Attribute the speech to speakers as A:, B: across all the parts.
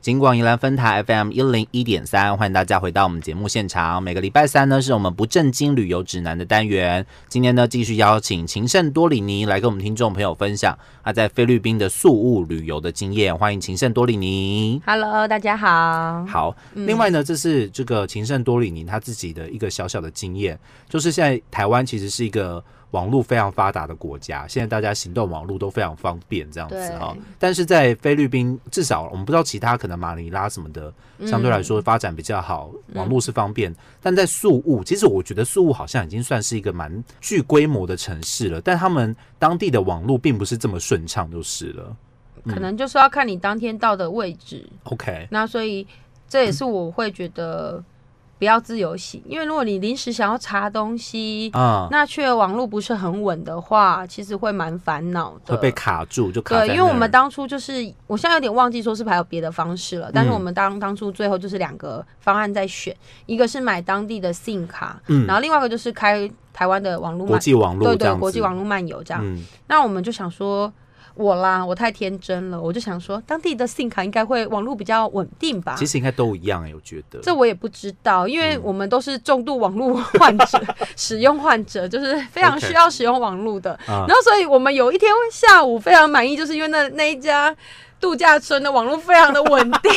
A: 金广宜兰分台 FM 一零一点三，欢迎大家回到我们节目现场。每个礼拜三呢，是我们不正经旅游指南的单元。今天呢，继续邀请情圣多里尼来跟我们听众朋友分享他在菲律宾的宿务旅游的经验。欢迎情圣多里尼。
B: Hello，大家好。
A: 好，
B: 嗯
A: 另外呢，这是这个情圣多里尼他自己的一个小小的经验，就是现在台湾其实是一个网络非常发达的国家，现在大家行动网络都非常方便，这样子哈、
B: 对
A: 但是在菲律宾，至少我们不知道其他可能马尼拉什么的，相对来说发展比较好，网络是方
B: 嗯
A: 便。但在宿务，其实我觉得宿务好像已经算是一个蛮具规模的城市了，但他们当地的网络并不是这么顺畅，就是了。嗯
B: 可能就是要看你当天到的位置，
A: OK，
B: 那所以这也是我会觉得不要自由行，因为如果你临时想要查东西，
A: 啊、
B: 那却网络不是很稳的话，其实会蛮烦恼的。
A: 会被卡住，就卡在
B: 对，因为我们
A: 那儿
B: 当初就是，我现在有点忘记说是不是还有别的方式了，
A: 嗯
B: 但是我们当当初最后就是两个方案在选，一个是买当地的 SIM 卡，
A: 嗯
B: 然后另外一个就是开台湾的网络
A: 国
B: 漫，
A: 际网络
B: 对
A: 这样
B: 对，
A: 子，
B: 国际网络漫游这样。
A: 嗯，
B: 那我们就想说，我啦，我太天真了，我就想说，当地的 SIM 卡应该会网络比较稳定吧
A: 其？实应嗯该都一样哎、我觉得
B: 啊这我也不知道，因为我们都是重度网络患者、 使用患者，就是非常
A: OK
B: 需要使用网络的。
A: 啊
B: 然后，所以我们有一天下午非常满意，就是因为那那一家度假村的网络非常的稳 定，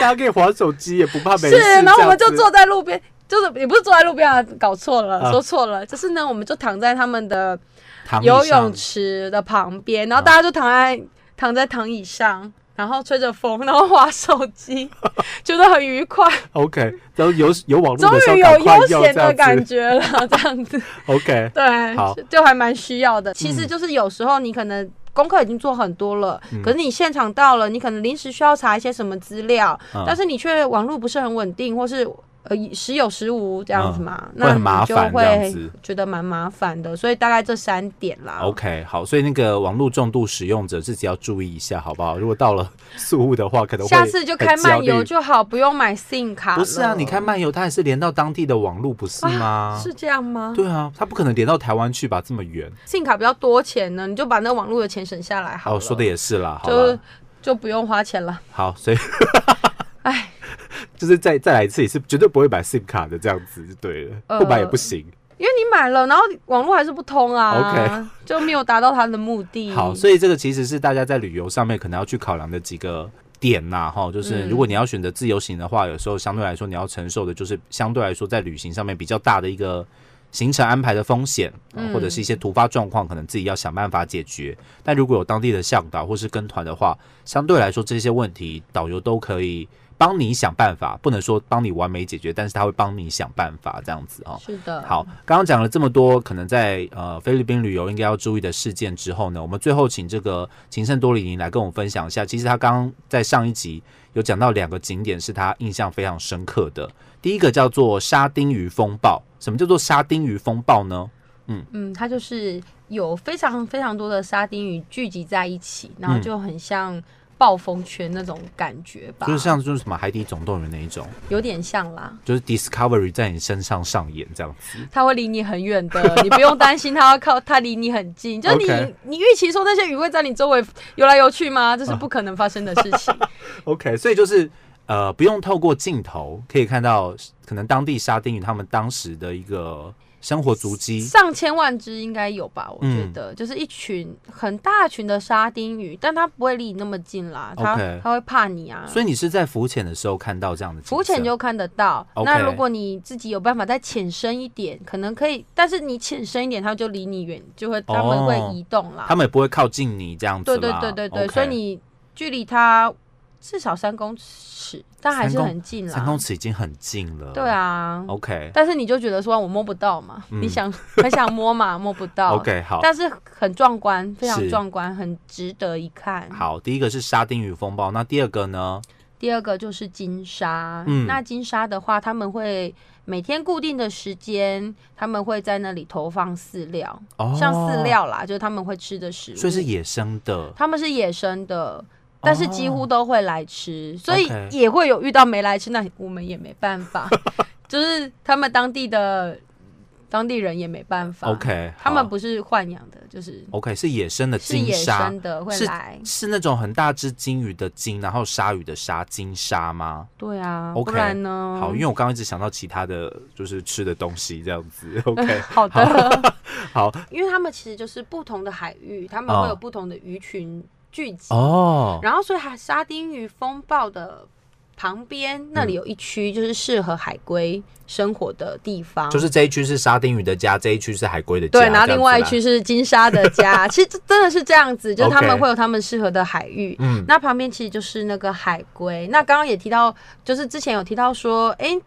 A: 大家可以划手机，也不怕没
B: 是
A: 事。这，
B: 然后我们
A: 样
B: 就
A: 子
B: 坐在路边，就是也不是坐在路边啊，搞错了，
A: 啊
B: 说错了，就是呢，我们就躺在他们的
A: 躺椅
B: 游
A: 上
B: 泳池的旁边，然后大家就躺在、躺在躺椅上，然后吹着风，然后划手机， 觉得很愉快，
A: OK，然后有有网
B: 终
A: 络的时候
B: 于有
A: 赶快
B: 悠
A: 用
B: 闲的
A: 这样
B: 感
A: 子。
B: 觉了，这样子，
A: OK，
B: 对
A: 好，嗯
B: 就就还蛮需要的。其实就是有时候你可能。功课已经做很多了，可是你现场到了，你可能临时需要查一些什么资料，
A: 嗯
B: 但是你却网络不是很稳定，或是呃时有时无这样子嘛，
A: 嗯会
B: 那
A: 很麻
B: 你就
A: 烦这样
B: 会
A: 子
B: 觉得蛮麻烦的。所以大概这三点啦。
A: OK，好，所以那个网络重度使用者自己要注意一下，好不好？如果到了宿务的话，可能会
B: 下次就
A: 很
B: 开漫
A: 焦虑
B: 游就好，不用买 SIM 卡了。
A: 不是啊，你开漫游它还是连到当地的网络，不是吗？
B: 是这样吗
A: 对啊，它不可能连到台湾去吧？这么远。哦
B: ？SIM 卡比较多钱呢，你就把那网络的钱省下来好了。
A: 哦，说的也是啦，好
B: 就
A: 啦，
B: 就不用花钱了。
A: 好，所以
B: 哎，
A: 就是再再来一次，也是绝对不会买 SIM 卡的，这样子就对了，
B: 呃
A: 不买也不行。
B: 因为你买了，然后网络还是不通啊
A: OK
B: 就没有达到它的目的。
A: 好，所以这个其实是大家在旅游上面可能要去考量的几个点呐、哈，就是如果你要选择自由行的话，有时候相对来说你要承受的就是相对来说在旅行上面比较大的一个行程安排的风险，呃或者是一些突发状况，可能自己要想办法解决。但如果有当地的向导或是跟团的话，相对来说这些问题导游都可以。帮你想办法，不能说帮你完美解决，但是他会帮你想办法，这样子哦。
B: 是的。，
A: 好，刚刚讲了这么多，可能在呃菲律宾旅游应该要注意的事件之后呢，我们最后请这个秦圣多里尼来跟我们分享一下。其实他刚刚在上一集有讲到两个景点是他印象非常深刻的，第一个叫做沙丁鱼风暴。什么叫做沙丁鱼风暴呢？
B: 嗯，它就是有非常非常多的沙丁鱼聚集在一起，然
A: 嗯
B: 后就很像暴风圈那种感觉吧，
A: 就是像就是什么海底总动员那一种，
B: 有点像啦。
A: 就是 Discovery 在你身上上演这样子。
B: 它会离你很远的， 你不用担心它要靠它离你很近。就你
A: OK
B: 你预期说那些鱼会在你周围游来游去吗？这是不可能发生的事情。
A: 啊 OK，所以就是呃不用透过镜头可以看到可能当地沙丁鱼他们当时的一个生活足迹。
B: 上千万只应该有吧，我觉
A: 嗯
B: 得、就是一群很大群的沙丁鱼，但它不会离你那么近啦，它
A: OK
B: 它会怕你啊。
A: 所以你是在浮潜的时候看到这样的景色
B: 浮潜就看得到
A: 啊 OK
B: 那如果你自己有办法再浅深一点，可能可以，但是你浅深一点，它就离你远，就会它们
A: 哦
B: 会移动啦。
A: 他们也不会靠近你这样子
B: 对
A: 啦。
B: 对对对对
A: OK
B: 所以你距离它至少三公尺，但还是
A: 三公
B: 很近啦。
A: 三公尺哦已经很近了。
B: 啊对啊。
A: ，OK
B: 但是你就觉得说我摸不到嘛，
A: 嗯
B: 你想很想摸嘛，摸不到。
A: OK 好
B: 但是很壮观，非常
A: 是
B: 壮观，很值得一看。
A: 好，第一个是沙丁鱼风暴，那第二个呢？
B: 第二个就是金沙，
A: 嗯
B: 那金沙的话，他们会每天固定的时间，他们会在那里投放饲料，
A: 哦，
B: 像饲，料啦，就是他们会吃的食物。
A: 所以是野生的。
B: 他们是野生的，但是几乎都会来吃，所以
A: OK
B: 也 会有遇到没来吃，那我们也没办法，就是他们当地的当地人也没办法。
A: OK，
B: 他们
A: 好
B: 不是豢养的，就是。
A: OK 是野生的
B: 是
A: 金
B: 野
A: 鲨
B: 生，的会
A: 是
B: 来，
A: 是那种很大只金鱼的金，然后鲨鱼的鲨，金鲨吗？
B: 对啊
A: OK，
B: 不然呢？
A: 好，因为我刚刚一直想到其他的就是吃的东西这样子。OK，
B: 好的，
A: 好，
B: 因为他们其实就是不同的海域，他们
A: 哦
B: 会有不同的鱼群聚集，
A: 哦，
B: 然后所以海沙丁鱼风暴的旁边那里有一区就是适合海龟生活的地方，
A: 就是这一区是沙丁鱼的家，这一区是海龟的家，
B: 对，然后
A: 这样
B: 另
A: 子
B: 外一
A: 啦
B: 区是金沙的 家，其实这真的是这样子，就是他
A: OK
B: 们会有他们适合的海域。
A: 嗯
B: 那旁边其实就是那个海龟。那刚刚也提到，就是之前有提到说，哎、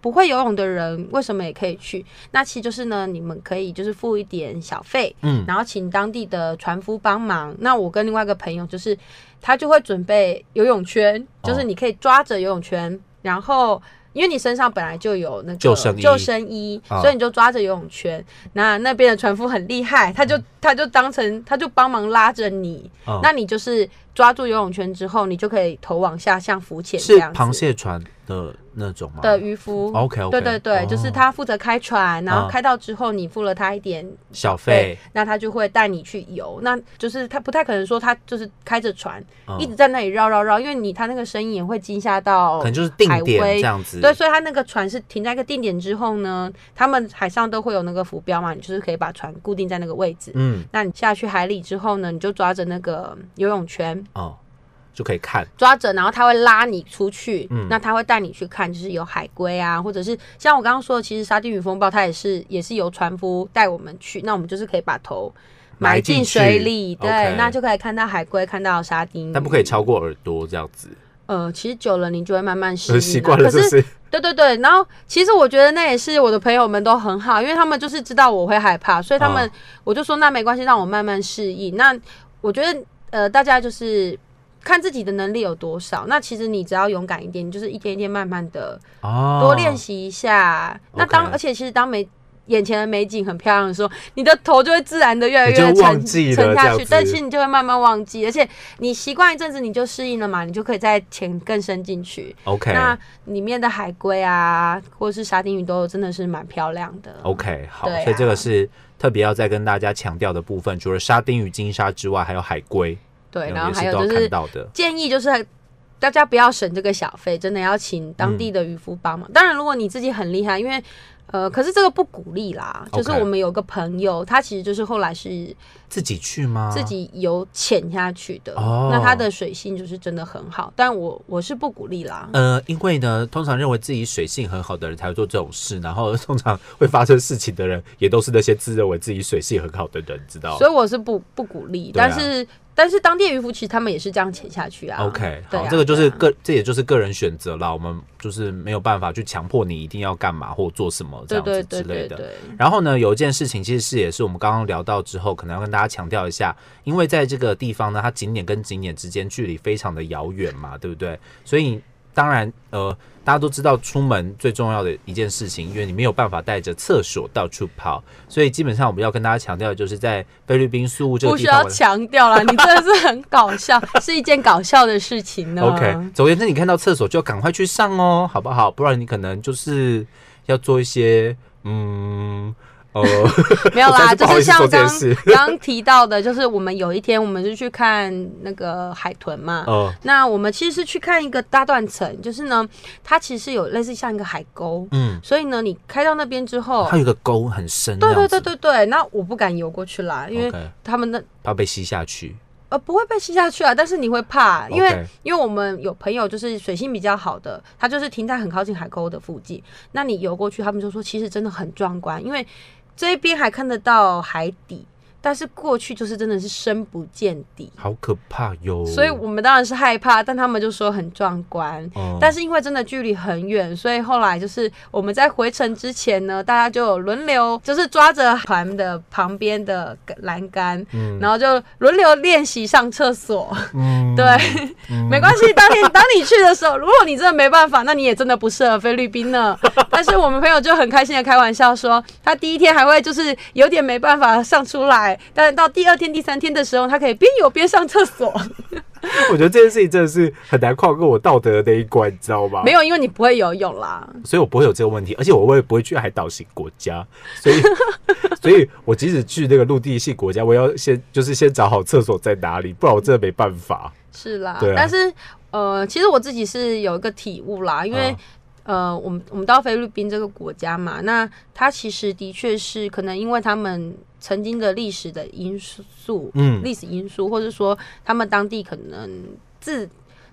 B: 不会游泳的人为什么也可以去？那其实就是呢，你们可以就是付一点小费，
A: 嗯
B: 然后请当地的船夫帮忙。那我跟另外一个朋友就是，他就会准备游泳圈，
A: 哦
B: 就是你可以抓着游泳圈，然后因为你身上本来就有那个
A: 救生衣
B: 救生衣，
A: 哦
B: 所以你就抓着游泳圈。那那边的船夫很厉害，他就他就当成他就帮忙拉着你，
A: 嗯
B: 那你就是抓住游泳圈之后，你就可以头往下像浮潜这
A: 是
B: 样子
A: 螃蟹船的那种吗？
B: 的渔夫。
A: OK，
B: 对对对，就是他负责开船，然后
A: 哦嗯
B: 开到之后，你付了他一点
A: 小费，
B: 那他就会带你去游。那就是他不太可能说他就是开着船、
A: 嗯
B: 一直在那里绕绕绕，因为你他那个声音也会惊吓到
A: 可能就是定
B: 海
A: 点
B: 龟
A: 这样子。
B: 对，所以他那个船是停在一个定点之后呢，他们海上都会有那个浮标嘛，你就是可以把船固定在那个位置。
A: 嗯
B: 那你下去海里之后呢，你就抓着那个游泳圈，
A: 哦，就可以看
B: 抓着，然后他会拉你出去，
A: 嗯
B: 那他会带你去看，就是有海龟啊，或者是像我刚刚说的，其实沙丁鱼风暴它也是也是由船夫带我们去，那我们就是可以把头埋进水
A: 埋进去
B: 里，对
A: OK
B: 那就可以看到海龟，看到沙丁鱼，
A: 但不可以。超过耳朵这样子，
B: 呃，其实久了你就会慢慢适
A: 就
B: 应啊，
A: 是 习惯了，
B: 可
A: 就是是
B: 对对对，然后其实我觉得那也是我的朋友们都很好，因为他们就是知道我会害怕，所以他们、
A: 哦
B: 我就说那没关系，让我慢慢适应。那我觉得呃，大家就是呃看自己的能力有多少。那其实你只要勇敢一点，你就是一天一天慢慢的
A: 哦，
B: 多练。习一下。那当
A: 啊 OK
B: 而且其实当美眼前的美景很漂亮的时候，你的头就会自然的越来
A: 你就
B: 越
A: 忘
B: 沉
A: 记了
B: 沉
A: 这
B: 下
A: 样
B: 去，但
A: 子
B: 是你就会慢慢忘记，而且你习惯一阵子你就适应了嘛，你就可以再潜更深进去。
A: OK
B: 那里面的海龟啊，或是沙丁鱼都真的是蛮漂亮的。
A: OK，好，
B: 对啊
A: 所以这个是特别要再跟大家强调的部分，除了沙丁鱼、金鲨之外，还有海龟，
B: 对，
A: 嗯
B: 然后
A: 也
B: 还
A: 是
B: 有
A: 都要
B: 就
A: 看
B: 是
A: 到的。
B: 建议就是。大家不要省这个小费，真的要请当
A: 嗯
B: 地的渔夫帮忙。当然，如果你自己很厉害，因为呃，可是这个不鼓励啦。
A: OK
B: 就是我们有个朋友，他其实就是后来是
A: 自己去吗？
B: 自己有潜下去的，
A: 啊哦
B: 那他的水性就是真的很好。但我我是不鼓励啦。
A: 呃，因为呢，通常认为自己水性很好的人才会做这种事，然后通常会发生事情的人，也都是那些自认为自己水性很好的人，知道
B: 所以我是不不鼓励。
A: 对啊
B: 但是但是当地渔夫其实他们也是这样潜下去啊。
A: ？OK，
B: 对
A: 好，
B: 啊
A: 这个就
B: 对
A: 是
B: 啊
A: 个，这也就是个人选择啦，我们就是没有办法去强迫你一定要干嘛或做什么这
B: 对
A: 样
B: 对
A: 子
B: 对
A: 之
B: 对
A: 类的。
B: 对，
A: 然后呢，有一件事情其实是也是我们刚刚聊到之后，可能要跟大家强调一下，因为在这个地方呢，它景点跟景点之间距离非常的遥远嘛，对不对？所以当然，呃，大家都知道出门最重要的一件事情，因为你没有办法带着厕所到处跑，所以基本上我们要跟大家强调的就是在菲律宾宿务这
B: 不
A: 个地
B: 需
A: 方
B: 要。强 调啦，你真的是很搞笑，是一件搞笑的事情呢。
A: OK，总而言之，你看到厕所就赶快去上哦，好不好？不然你可能就是嗯要做一些，嗯， 呃，
B: 没有
A: 我
B: 啦，
A: 才是不
B: 就
A: 好意
B: 是
A: 思做
B: 像
A: 这件
B: 刚
A: 事
B: 刚提到的，就是我们有一天我们是去看那个海豚嘛。
A: 呃，
B: 那我们其实是去看一个搭断层，就是呢，它其实有类似像一个海沟，
A: 嗯，
B: 所以呢，你开到那边之后
A: 它，有一个沟很深，
B: 哦对
A: 这样
B: 对
A: 子
B: 对对对，那我不敢游过去啦，因为
A: OK
B: 他们那
A: 怕被吸下去。
B: 呃，不会被吸下去啊，但是你会怕，因为
A: OK
B: 因为我们有朋友就是水性比较好的，他就是停在很靠近海沟的附近，那你游过去，他们就说其实真的很壮观，因为这一边还看得到海底，但是过去就是真的是深不见底，
A: 好可怕哟！
B: 所以我们当然是害怕，但他们就说很壮观。
A: 嗯，
B: 但是因为真的距离很远，所以后来就是我们在回程之前呢，大家就有轮流，就是抓着船的旁边的栏杆，
A: 嗯
B: 然后就轮流练习上厕所。
A: 嗯
B: 对，没关系。当你 当你去的时候，如果你真的没办法，那你也真的不适合菲律宾呢。 但是我们朋友就很开心的开玩笑说，他第一天还会就是有点没办法上出来，但是到第二天、第三天的时候，他可以边游边上厕所。
C: 我觉得这件事情真的是很难跨过我道德的那一关，你知道吗？
B: 没有，因为你不会游泳啦。
C: 所以我不会有这个问题，而且我也不会去海岛型国家，所以， 所以我即使去那个陆地系国家，我要先就是先找好厕所在哪里，不然我真的没办法。
B: 是啦，
C: 对啊
B: 但是呃，其实我自己是有一个体悟啦，因
A: 啊
B: 为、
C: 嗯
B: 呃，我们我们到菲律宾这个国家嘛，那它其实的确是可能因为他们曾经的历史的因素，
C: 嗯
B: 历史因素，或者说他们当地可能自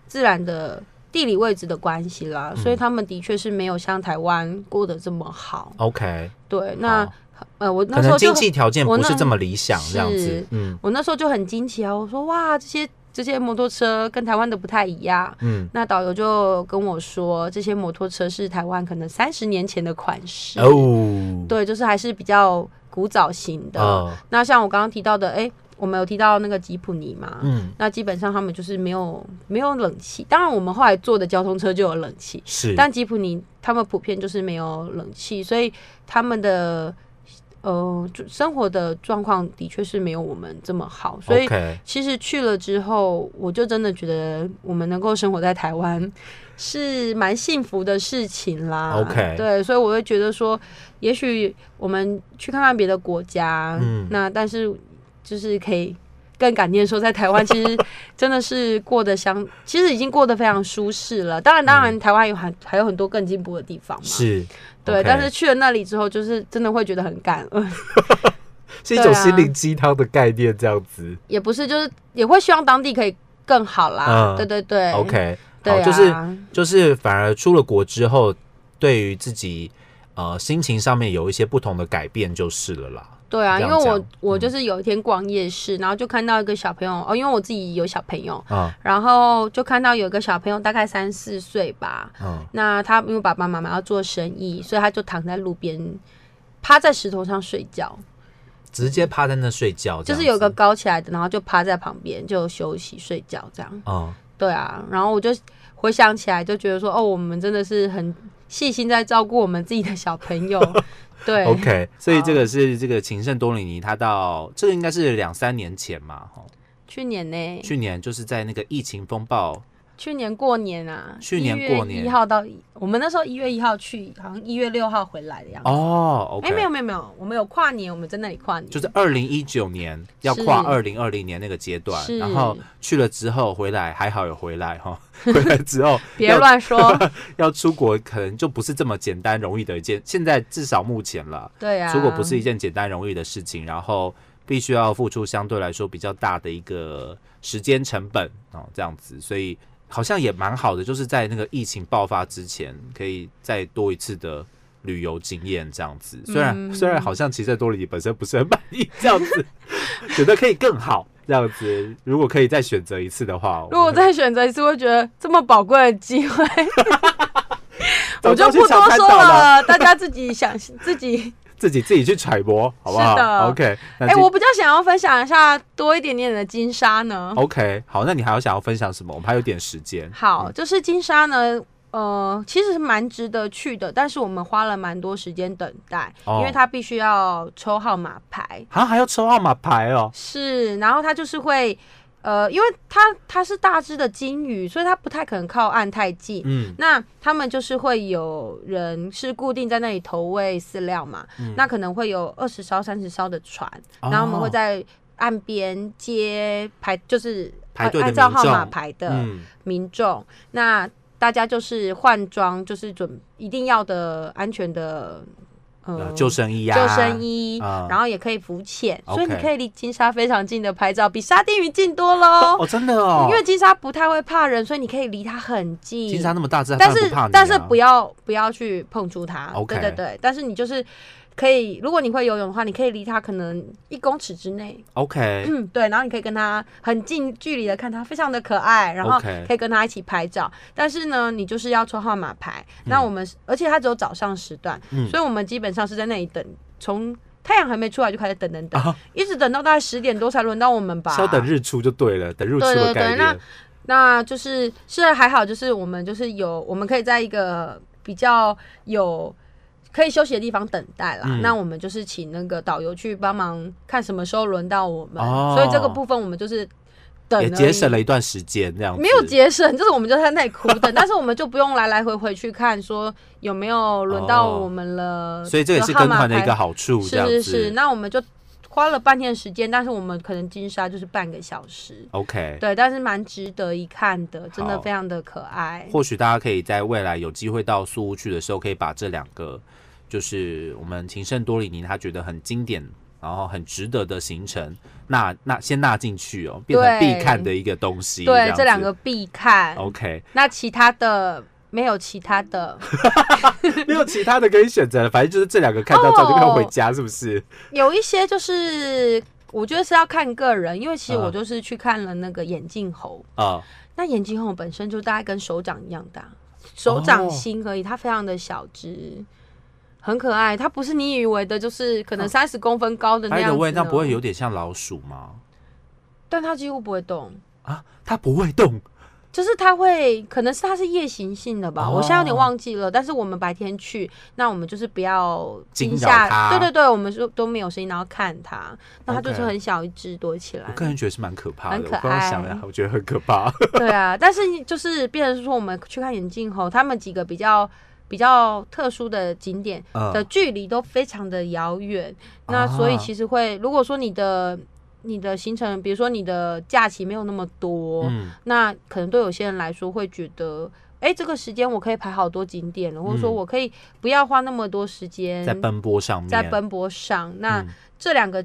B: 自然的。地理位置的关系啦，
A: 嗯
B: 所以他们的确是没有像台湾过得这么好。
A: OK，
B: 对，那
A: 好
B: 呃，我那
A: 可
B: 时
A: 能
B: 候就
A: 经济条件
B: 我
A: 不
B: 那
A: 是这么理想，
B: 是
A: 这样子。
C: 嗯
B: 我那时候就很惊奇啊，我说哇，这些这些摩托车跟台湾的不太一样。
C: 嗯，
B: 那导游就跟我说，这些摩托车是台湾可能三十年前的款式，
A: 哦，
B: 对，就是还是比较古早型
C: 嗯
B: 的。
A: 哦，
B: 那像我刚刚提到的，哎、我们有提到那个吉普尼嘛，
A: 嗯，
B: 那基本上他们就是没有没有冷气，当然我们后来坐的交通车就有冷气，
C: 嗯
A: 是，
B: 但吉普尼他们普遍就是没有冷气，所以他们的呃就生活的状况的确是没有我们这么好，所以
A: OK，
B: 其实去了之后，我就真的觉得我们能够生活在台湾是蛮幸福的事情啦。
A: OK
B: 对，所以我会觉得说，也许我们去看看别的国家，
A: 嗯
B: 那但是就是可以更感念说，在台 湾其实真的是过得相，其实已经过得非常舒适了。当然，当然，台湾有还还有很多更进步的地方嘛。
A: 嗯是，
B: 对
A: OK
B: 但是去了那里之后，就是真的会觉得很感恩，
C: 是一
B: 啊
C: 种心灵鸡汤的概念，这样子。
B: 也不是就是也会希望当地可以更好啦。
A: 嗯
B: 对对对
A: OK，
B: 对
A: 好，
B: 啊，
A: 就是就是反而出了国之后，对于自己呃心情上面有一些不同的改变就是了 啦。
B: 对啊，
A: 这
B: 因
A: 样
B: 为
A: 讲
B: 我
A: 嗯
B: 我就是有一天逛夜市，然后就看到一个小朋友，哦，因为我自己有小朋友，
A: 嗯
B: 然后就看到有一个小朋友大概三四岁吧，
A: 嗯，
B: 那他因为爸爸妈妈要做生意，所以他就躺在路边。趴在石头上睡觉，
A: 直接趴在那睡觉这
B: 就
A: 样子，
B: 是有个高起来的，然后就趴在旁边就休息睡觉这样。
A: 嗯
B: 对啊，然后我就回想起来，就觉得说，哦，我们真的是很细心在照顾我们自己的小朋 友。对
C: OK，
A: 所以这个是这个情圣多里尼，他到这个应该是两三年前嘛，哈，
B: 去年呢，
A: 去年就是在那个疫情风暴，
B: 去年过年啊，
A: 去年过年
B: 一号到我们那时候一月一号去，好像一月六号回来的样子。
A: 哦
B: 哎、没有
A: ，OK，
B: 没有没有，我们有跨年，我们在那里跨年，
A: 就是二零一九年要跨
B: 是
A: 二零二零年那个阶段，
B: 是
A: 然后去了之后回来，还好有回来哈， 回来之后
B: 别
A: 要
B: 乱说，
A: 要出国可能就不是这么简单容易的一件，现在至少目前了，
B: 对啊，
A: 出国不是一件简单容易的事情，然后必须要付出相对来说比较大的一个时间成本哦，这样子，所以好像也蛮好的，就是在那个疫情爆发之前，可以再多一次的。旅游经验这样子，虽然、
B: 嗯
A: 虽然好像骑在多里本身不是很满意这样子， 觉得可以更好这样子。如果可以再选择一次的话，
B: 如果
A: 我
B: 再选择一次，会觉得这么宝贵的机会，
C: 早
B: 我就不多
C: 就想看
B: 说
C: 到
B: 了，大家自己想 自己。
C: 自己自己去揣摩，好不
B: 是的
C: 好？OK，那
B: 哎、
C: 今
B: 我比较想要分享一下多一点点的金沙呢。
A: OK 好，那你还要想要分享什么？我们还有点时间。
B: 好，就是金沙呢，呃，其实是蛮值得去的，但是我们花了蛮多时间等待，
A: 哦
B: 因为它必须要抽号码牌，
A: 啊，还要抽号码牌哦。
B: 是，然后它就是会，呃，因为它它是大只的金鱼，所以它不太可能靠岸太近。
A: 嗯，
B: 那他们就是会有人是固定在那里投喂饲料嘛，那可能会有二十艘、三十艘的船，
A: 嗯哦
B: 然后我们会在岸边接排，就是
A: 排队的
B: 按照号码
A: 民众
B: 牌的，
A: 嗯
B: 民众，那大家就是换装，就是准一定要的安全的
A: 呃
B: 呃
A: 救生衣呀、
B: 救生衣，
A: 啊
B: 然后也可以浮潜，
A: OK
B: 所以你可以离金沙非常近的拍照，比沙丁鱼近多喽。
A: 哦，真的哦，
B: 因为金沙不太会怕人，所以你可以离它很近。
A: 金沙那么大只，它
B: 但
A: 当然
B: 是
A: 不怕你、啊，
B: 但是不要不要去碰触它。
A: OK
B: 对对对，但是你就是可以，如果你会游泳的话，你可以离它可能一公尺之内，
A: OK，
B: 嗯，对，然后你可以跟他很近距离的看他，非常的可爱，然后
A: OK
B: 可以跟他一起拍照。但是呢，你就是要抽号码牌。那我们是，而且他只有早上时段，
A: 嗯
B: 所以我们基本上是在那里等，从太阳还没出来就开始等等等，
A: 啊
B: 一直等到大概十点多才轮到我们吧。
A: 是要等日出就对了，等日出的
B: 对对
A: 概
B: 对那
A: 念。
B: 那就是是还好，就是我们就是有我们可以在一个比较有可以休息的地方等待啦。
A: 嗯
B: 那我们就是请那个导游去帮忙看什么时候轮到我们，
A: 哦
B: 所以这个部分我们就是等而
A: 也
B: 已，
A: 节省了一段时间这样子。
B: 没有节省，就是我们就在那里苦等，但是我们就不用来来回回去看说有没有轮到我们了。
A: 哦所以这也是跟团的一个好处，这
B: 是
A: 样子。
B: 是是，那我们就花了半天时间，但是我们可能金沙就是半个小时，
A: OK，
B: 对，但是蛮值得一看的，真的
A: 好
B: 非常的可爱。
A: 或许大家可以在未来有机会到苏屋去的时候，可以把这两个，就是我们情圣多里尼他觉得很经典，然后很值得的行程，纳纳先纳进去哦，变成必看的一个东西。
B: 对，
A: 样
B: 这两
A: 子
B: 个必看。
A: OK，
B: 那其他的没有其他 的，
C: 没有其他的可以选择了，反正就是这两个看到照片要回家，是不是？
B: 有一些就是我觉得是要看个人，因为其实我
A: 嗯
B: 就是去看了那个眼镜猴，
C: 啊
A: 呃，
B: 那眼镜猴本身就大概跟手掌一样大，手
A: 哦
B: 掌心而已，它非常的小只。很可爱，它不是你以为的，就是可能三十公分高的那
A: 它
B: 样
A: 的
B: 子。哦
A: 味道不会有，点像老鼠吗？
B: 但它几乎不会动，
A: 啊，它不会动
B: 就是它会，可能是它是夜行性的吧，
A: 哦
B: 我现在有点忘记了。但是我们白天去，那我们就是不要惊
A: 惊扰
B: 吓，
A: 它
B: 对对对，我们说都没有声音，然后看它，那它就是
A: OK
B: 很小一只躲起来
A: 我。 个人觉得是蛮可怕的。
B: 蛮哎可
A: 我刚刚想
B: 爱
A: 了，我觉得很可 怕。
B: 对啊，但是就是变成说，我们去看眼镜猴，他们几个比较比较特殊的景点
A: 嗯
B: 的距离都非常的遥远，那
A: 啊
B: 所以其实会，如果说你的你的行程，比如说你的假期没有那么多，
A: 嗯，
B: 那可能对有些人来说会觉得。哎、这个时间我可以排好多景点了，或者说
A: 嗯
B: 我可以不要花那么多时间
A: 在奔波上面，
B: 嗯在奔波上。那、
A: 嗯
B: 这两个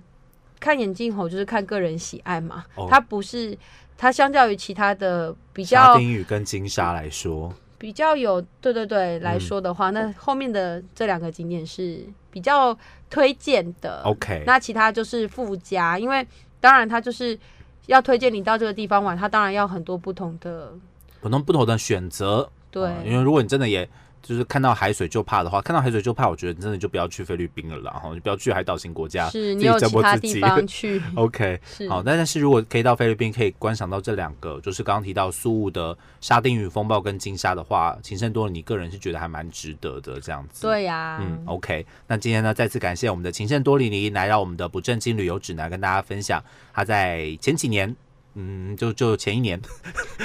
B: 看眼镜猴就是看个人喜爱嘛，
A: 哦
B: 它不是它相较于其他的比
A: 沙
B: 较
A: 丁鱼跟金沙来说，
B: 比较有对对对来
A: 嗯
B: 说的话，那后面的这两个景点是比较推荐的。
A: OK
B: 嗯那其他就是附加，因为当然它就是。要推荐你到这个地方玩，它当然要很多不同的
A: 不同不同的选择。
B: 对
A: 嗯因为如果你真的也就是看到海水就怕的话，看到海水就怕，我觉得你真的就不要去菲律宾了啦，然后就不要去海岛型国家，自
B: 是你
A: 己
B: 有
A: 折
B: 其
A: 磨
B: 他
A: 自
B: 地
A: 己。
B: 方去
A: OK，
B: 是
A: 好，那但是如果可以到菲律宾，可以观赏到这两个，就是刚刚提到苏雾的沙丁鱼风暴跟金沙的话，秦圣多你个人是觉得还蛮值得的这样子。
B: 对啊呀、
A: 嗯，OK，那今天呢，再次感谢我们的情圣多里尼来到我们的不正经旅游指南，跟大家分享他在前几年，嗯，就就前一年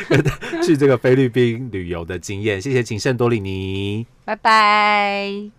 A: 去这个菲律宾旅游的经验。谢谢情圣多里尼。
B: 拜拜。